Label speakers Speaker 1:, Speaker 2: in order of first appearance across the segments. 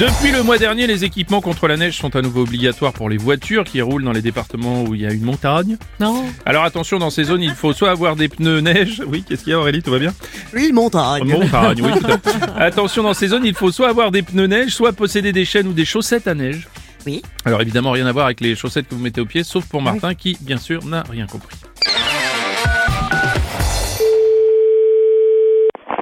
Speaker 1: Depuis le mois dernier, les équipements contre la neige sont à nouveau obligatoires pour les voitures qui roulent dans les départements où il y a une montagne.
Speaker 2: Non.
Speaker 1: Alors attention, dans ces zones, il faut soit avoir des pneus neige. Oui, qu'est-ce qu'il y a Aurélie, tout va bien
Speaker 2: Oui, montagne.
Speaker 1: Montagne, oui. tout à fait. Attention, dans ces zones, il faut soit avoir des pneus neige, soit posséder des chaînes ou des chaussettes à neige.
Speaker 2: Oui.
Speaker 1: Alors évidemment, rien à voir avec les chaussettes que vous mettez aux pieds, sauf pour Martin qui, bien sûr, n'a rien compris.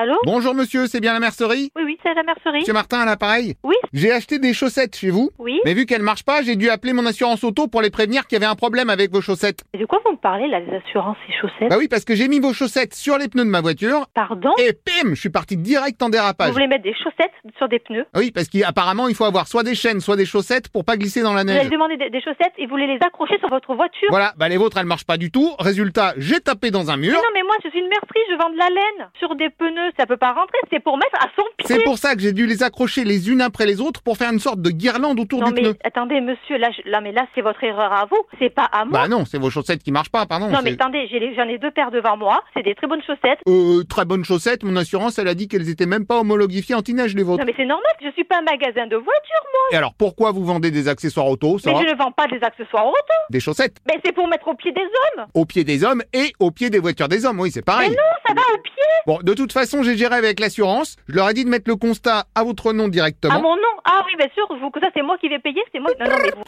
Speaker 3: Allô
Speaker 4: Bonjour monsieur, c'est bien la mercerie
Speaker 3: Oui, oui, c'est la mercerie.
Speaker 4: Monsieur Martin à l'appareil
Speaker 3: Oui.
Speaker 4: J'ai acheté des chaussettes chez vous.
Speaker 3: Oui.
Speaker 4: Mais vu qu'elles marchent pas, j'ai dû appeler mon assurance auto pour les prévenir qu'il y avait un problème avec vos chaussettes.
Speaker 3: Mais De quoi vous me parlez, là, les assurances et chaussettes
Speaker 4: Bah oui, parce que j'ai mis vos chaussettes sur les pneus de ma voiture
Speaker 3: Pardon
Speaker 4: et pim, je suis parti direct en
Speaker 3: Vous
Speaker 4: dérapage.
Speaker 3: voulez mettre des chaussettes sur des pneus
Speaker 4: Ah Oui, parce qu'apparemment, il faut avoir soit des chaînes, soit des chaussettes pour pas glisser dans la
Speaker 3: Vous
Speaker 4: neige.
Speaker 3: allez demander des, des chaussettes et vous voulez les accrocher sur votre voiture
Speaker 4: Voilà, bah les vôtres, elles marchent pas du tout. Résultat, j'ai tapé dans un
Speaker 3: Mais
Speaker 4: mur.
Speaker 3: Non, mais moi, je suis une mercerie, je vends de la laine. Sur des pneus, ça peut pas rentrer, c'est pour mettre à son pied.
Speaker 4: C'est pour ça que j'ai dû les accrocher les unes après les autres pour faire une sorte de guirlande autour
Speaker 3: Non,
Speaker 4: du
Speaker 3: mais
Speaker 4: pneu.
Speaker 3: attendez, monsieur, là, je- là, mais là, c'est votre erreur à vous, c'est pas à moi.
Speaker 4: Bah non, c'est vos chaussettes qui marchent pas, pardon.
Speaker 3: non, mais
Speaker 4: c'est-
Speaker 3: attendez, j'ai les- j'en ai, deux paires devant moi, c'est des très bonnes chaussettes.
Speaker 4: Euh, très bonnes chaussettes, mon assurance, elle a dit qu'elles étaient même pas homologifiées anti-neige, les vôtres.
Speaker 3: Non, mais c'est normal, je suis pas un magasin de voitures, moi.
Speaker 4: Et alors, pourquoi vous vendez des accessoires auto, ça
Speaker 3: Mais je ne vends pas des accessoires auto.
Speaker 4: Des chaussettes
Speaker 3: Mais c'est pour mettre au pied des hommes.
Speaker 4: au pied des hommes et au pied des voitures des hommes, oui, c'est
Speaker 3: Mais
Speaker 4: pareil.
Speaker 3: non, ça va au pied,
Speaker 4: Bon, de toute façon, j'ai géré avec l'assurance. Je leur ai dit de mettre le constat à votre nom directement.
Speaker 3: à mon nom. Ah oui, bien sûr, vous, ça, c'est moi qui vais payer, c'est moi. Non, non, mais vous-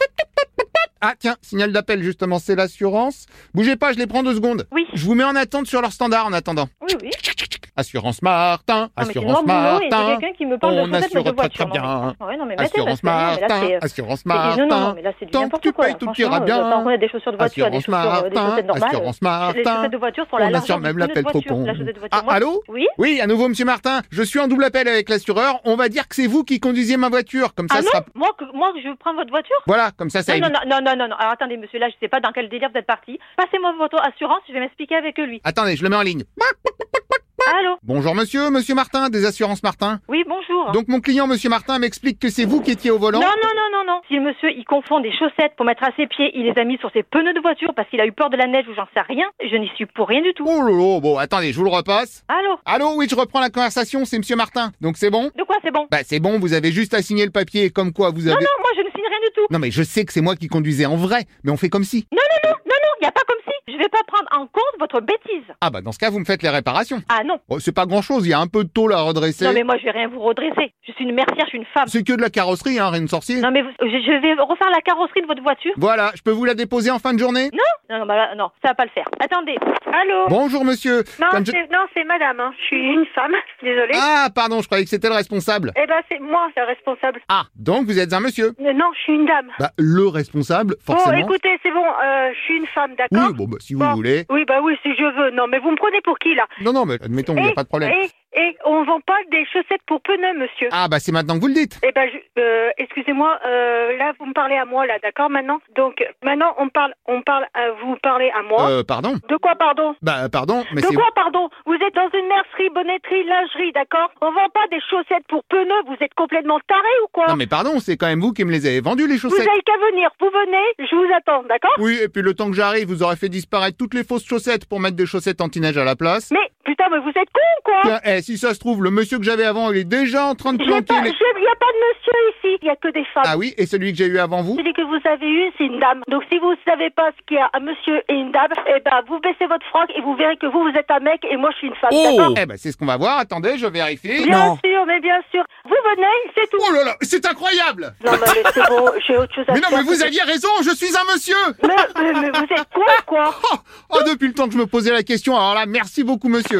Speaker 4: Ah tiens, signal d'appel justement, c'est l'assurance. Bougez pas, je les prends deux secondes.
Speaker 3: Oui.
Speaker 4: Je vous mets en attente sur leur standard en attendant.
Speaker 3: Oui, oui.
Speaker 4: Assurance Martin,
Speaker 3: Non, mais c'est
Speaker 4: assurance
Speaker 3: vraiment boulot et c'est
Speaker 4: Martin,
Speaker 3: quelqu'un qui me parle de
Speaker 4: on
Speaker 3: chaussettes, mais de
Speaker 4: assure très, très
Speaker 3: voiture. Non,
Speaker 4: bien.
Speaker 3: mais- Ouais, non, mais mettez
Speaker 4: assurance
Speaker 3: parce que- non, mais
Speaker 4: Martin,
Speaker 3: là, c'est-
Speaker 4: assurance
Speaker 3: c'est du- non, non, non,
Speaker 4: Martin,
Speaker 3: mais là, c'est du
Speaker 4: tant que
Speaker 3: n'importe
Speaker 4: tu
Speaker 3: quoi,
Speaker 4: payes,
Speaker 3: là.
Speaker 4: tout ira
Speaker 3: Franchement, euh,
Speaker 4: bien.
Speaker 3: tant qu'on a des chaussures de voiture, des
Speaker 4: assurance
Speaker 3: chaussures, euh, des
Speaker 4: Martin,
Speaker 3: chaussettes normales.
Speaker 4: assurance
Speaker 3: Les
Speaker 4: Martin.
Speaker 3: chaussettes de voiture sont la
Speaker 4: On
Speaker 3: largeur
Speaker 4: assure
Speaker 3: du
Speaker 4: même
Speaker 3: pneu de
Speaker 4: l'appel trop
Speaker 3: voiture.
Speaker 4: con.
Speaker 3: La chaussette de voiture,
Speaker 4: Ah,
Speaker 3: moi-
Speaker 4: allô
Speaker 3: Oui
Speaker 4: Oui, à nouveau, monsieur Martin, je suis en double appel avec l'assureur. On va dire que c'est vous qui conduisiez ma voiture. Comme ça,
Speaker 3: Ah
Speaker 4: sera...
Speaker 3: non Moi, que- moi, je prends votre voiture
Speaker 4: Voilà, comme ça, ça
Speaker 3: non, non,
Speaker 4: évite.
Speaker 3: non, non, non, non, non. Alors attendez, monsieur, là, je sais pas dans quel délire vous êtes parti. Passez-moi votre assurance, je vais m'expliquer avec lui.
Speaker 4: Attendez, je le mets en ligne.
Speaker 3: Allô
Speaker 4: Bonjour, monsieur, monsieur Martin, des assurances Martin.
Speaker 3: Oui, bonjour.
Speaker 4: Donc, mon client, monsieur Martin, m'explique que c'est vous qui étiez au volant.
Speaker 3: Oh. Non, non, non, non, non. Si le monsieur, il confond des chaussettes pour mettre à ses pieds, il les a mis sur ses pneus de voiture parce qu'il a eu peur de la neige ou j'en sais rien, je n'y suis pour rien du tout.
Speaker 4: Oh là là, bon, attendez, je vous le repasse.
Speaker 3: Allô
Speaker 4: Allô, oui, je reprends la conversation, c'est monsieur Martin. Donc, c'est bon
Speaker 3: De quoi c'est bon
Speaker 4: Bah, c'est bon, vous avez juste à signer le papier comme quoi vous avez.
Speaker 3: Non, non, moi je ne signe rien du tout.
Speaker 4: Non, mais je sais que c'est moi qui conduisais en vrai, mais on fait comme si.
Speaker 3: Non, non, il n'y a pas comme si. Je vais pas prendre en compte votre bêtise.
Speaker 4: Ah, bah, dans ce cas, vous me faites les réparations.
Speaker 3: Ah non.
Speaker 4: Oh, c'est pas grand chose, il y a un peu de tôle à redresser.
Speaker 3: Non, mais moi je vais rien vous redresser. Je suis une mercière, je suis une femme.
Speaker 4: C'est que de la carrosserie, hein, rien de sorcier.
Speaker 3: Non, mais vous- je, je vais refaire la carrosserie de votre voiture.
Speaker 4: Voilà, je peux vous la déposer en fin de journée
Speaker 3: Non, non, bah là, non, ça va pas le faire. Attendez.
Speaker 5: Allô
Speaker 4: Bonjour, monsieur.
Speaker 5: Non,
Speaker 4: Comme je-
Speaker 5: c'est- non, c'est madame, hein. je suis une femme, désolée.
Speaker 4: Ah, pardon, je croyais que c'était le responsable.
Speaker 5: Eh ben, c'est moi, le responsable.
Speaker 4: Ah, donc vous êtes un monsieur
Speaker 5: Euh, Non, je suis une dame.
Speaker 4: Bah, le responsable,
Speaker 5: Bon,
Speaker 4: forcément.
Speaker 5: écoutez, c'est bon, euh, je suis une femme, d'accord
Speaker 4: oui, bon, bah, si vous
Speaker 5: Bon.
Speaker 4: voulez.
Speaker 5: Oui, bah oui, si je veux. Non, mais vous me prenez pour qui, là
Speaker 4: Non, non, mais admettons, il n'y a
Speaker 5: Eh,
Speaker 4: pas de problème.
Speaker 5: Et, et on vend pas des chaussettes pour pneus, monsieur.
Speaker 4: Ah, bah, c'est maintenant que vous le dites.
Speaker 5: Eh ben, je- euh, excusez-moi, euh, là, vous me parlez à moi, là, d'accord, maintenant Donc, maintenant, on parle, on parle, à- vous parlez à moi.
Speaker 4: Euh, pardon
Speaker 5: De quoi, pardon
Speaker 4: Bah, pardon, mais
Speaker 5: de
Speaker 4: c'est.
Speaker 5: quoi, pardon Vous êtes dans une mercerie, bonnetterie, lingerie, d'accord On vend pas des chaussettes pour pneus, vous êtes complètement taré ou quoi
Speaker 4: Non, mais pardon, c'est quand même vous qui me les avez vendus, les
Speaker 5: Vous
Speaker 4: chaussettes.
Speaker 5: avez qu'à venir, vous venez, je vous attends, d'accord
Speaker 4: Oui, et puis le temps que j'arrive, vous aurez fait disparaître toutes les fausses chaussettes pour mettre des chaussettes anti-neige à la place.
Speaker 5: Mais putain, mais vous êtes con ou quoi
Speaker 4: Tiens, eh, si ça se trouve, le monsieur que j'avais avant, il est déjà en train de
Speaker 5: Il n'y a,
Speaker 4: planter
Speaker 5: pas
Speaker 4: les...
Speaker 5: j'ai- y a pas de monsieur ici, il n'y a que des femmes.
Speaker 4: Ah oui, et celui que j'ai eu avant vous
Speaker 5: Celui que vous avez eu, c'est une dame. Donc si vous ne savez pas ce qu'il y a un monsieur et une dame, eh ben vous baissez votre froc et vous verrez que vous, vous êtes un mec et moi je suis une femme, d'accord
Speaker 4: Eh ben, c'est ce qu'on va voir. Attendez, je vérifie.
Speaker 5: Bien sûr, mais bien sûr. Vous venez, c'est tout.
Speaker 4: Oh là là, c'est incroyable
Speaker 5: Non, mais, mais c'est bon, j'ai autre chose à
Speaker 4: Mais non,
Speaker 5: faire.
Speaker 4: mais vous aviez raison, je suis un monsieur
Speaker 5: Mais, mais- mais vous êtes con ou quoi
Speaker 4: Oh, oh, depuis le temps que je me posais la question, alors là, merci beaucoup, monsieur.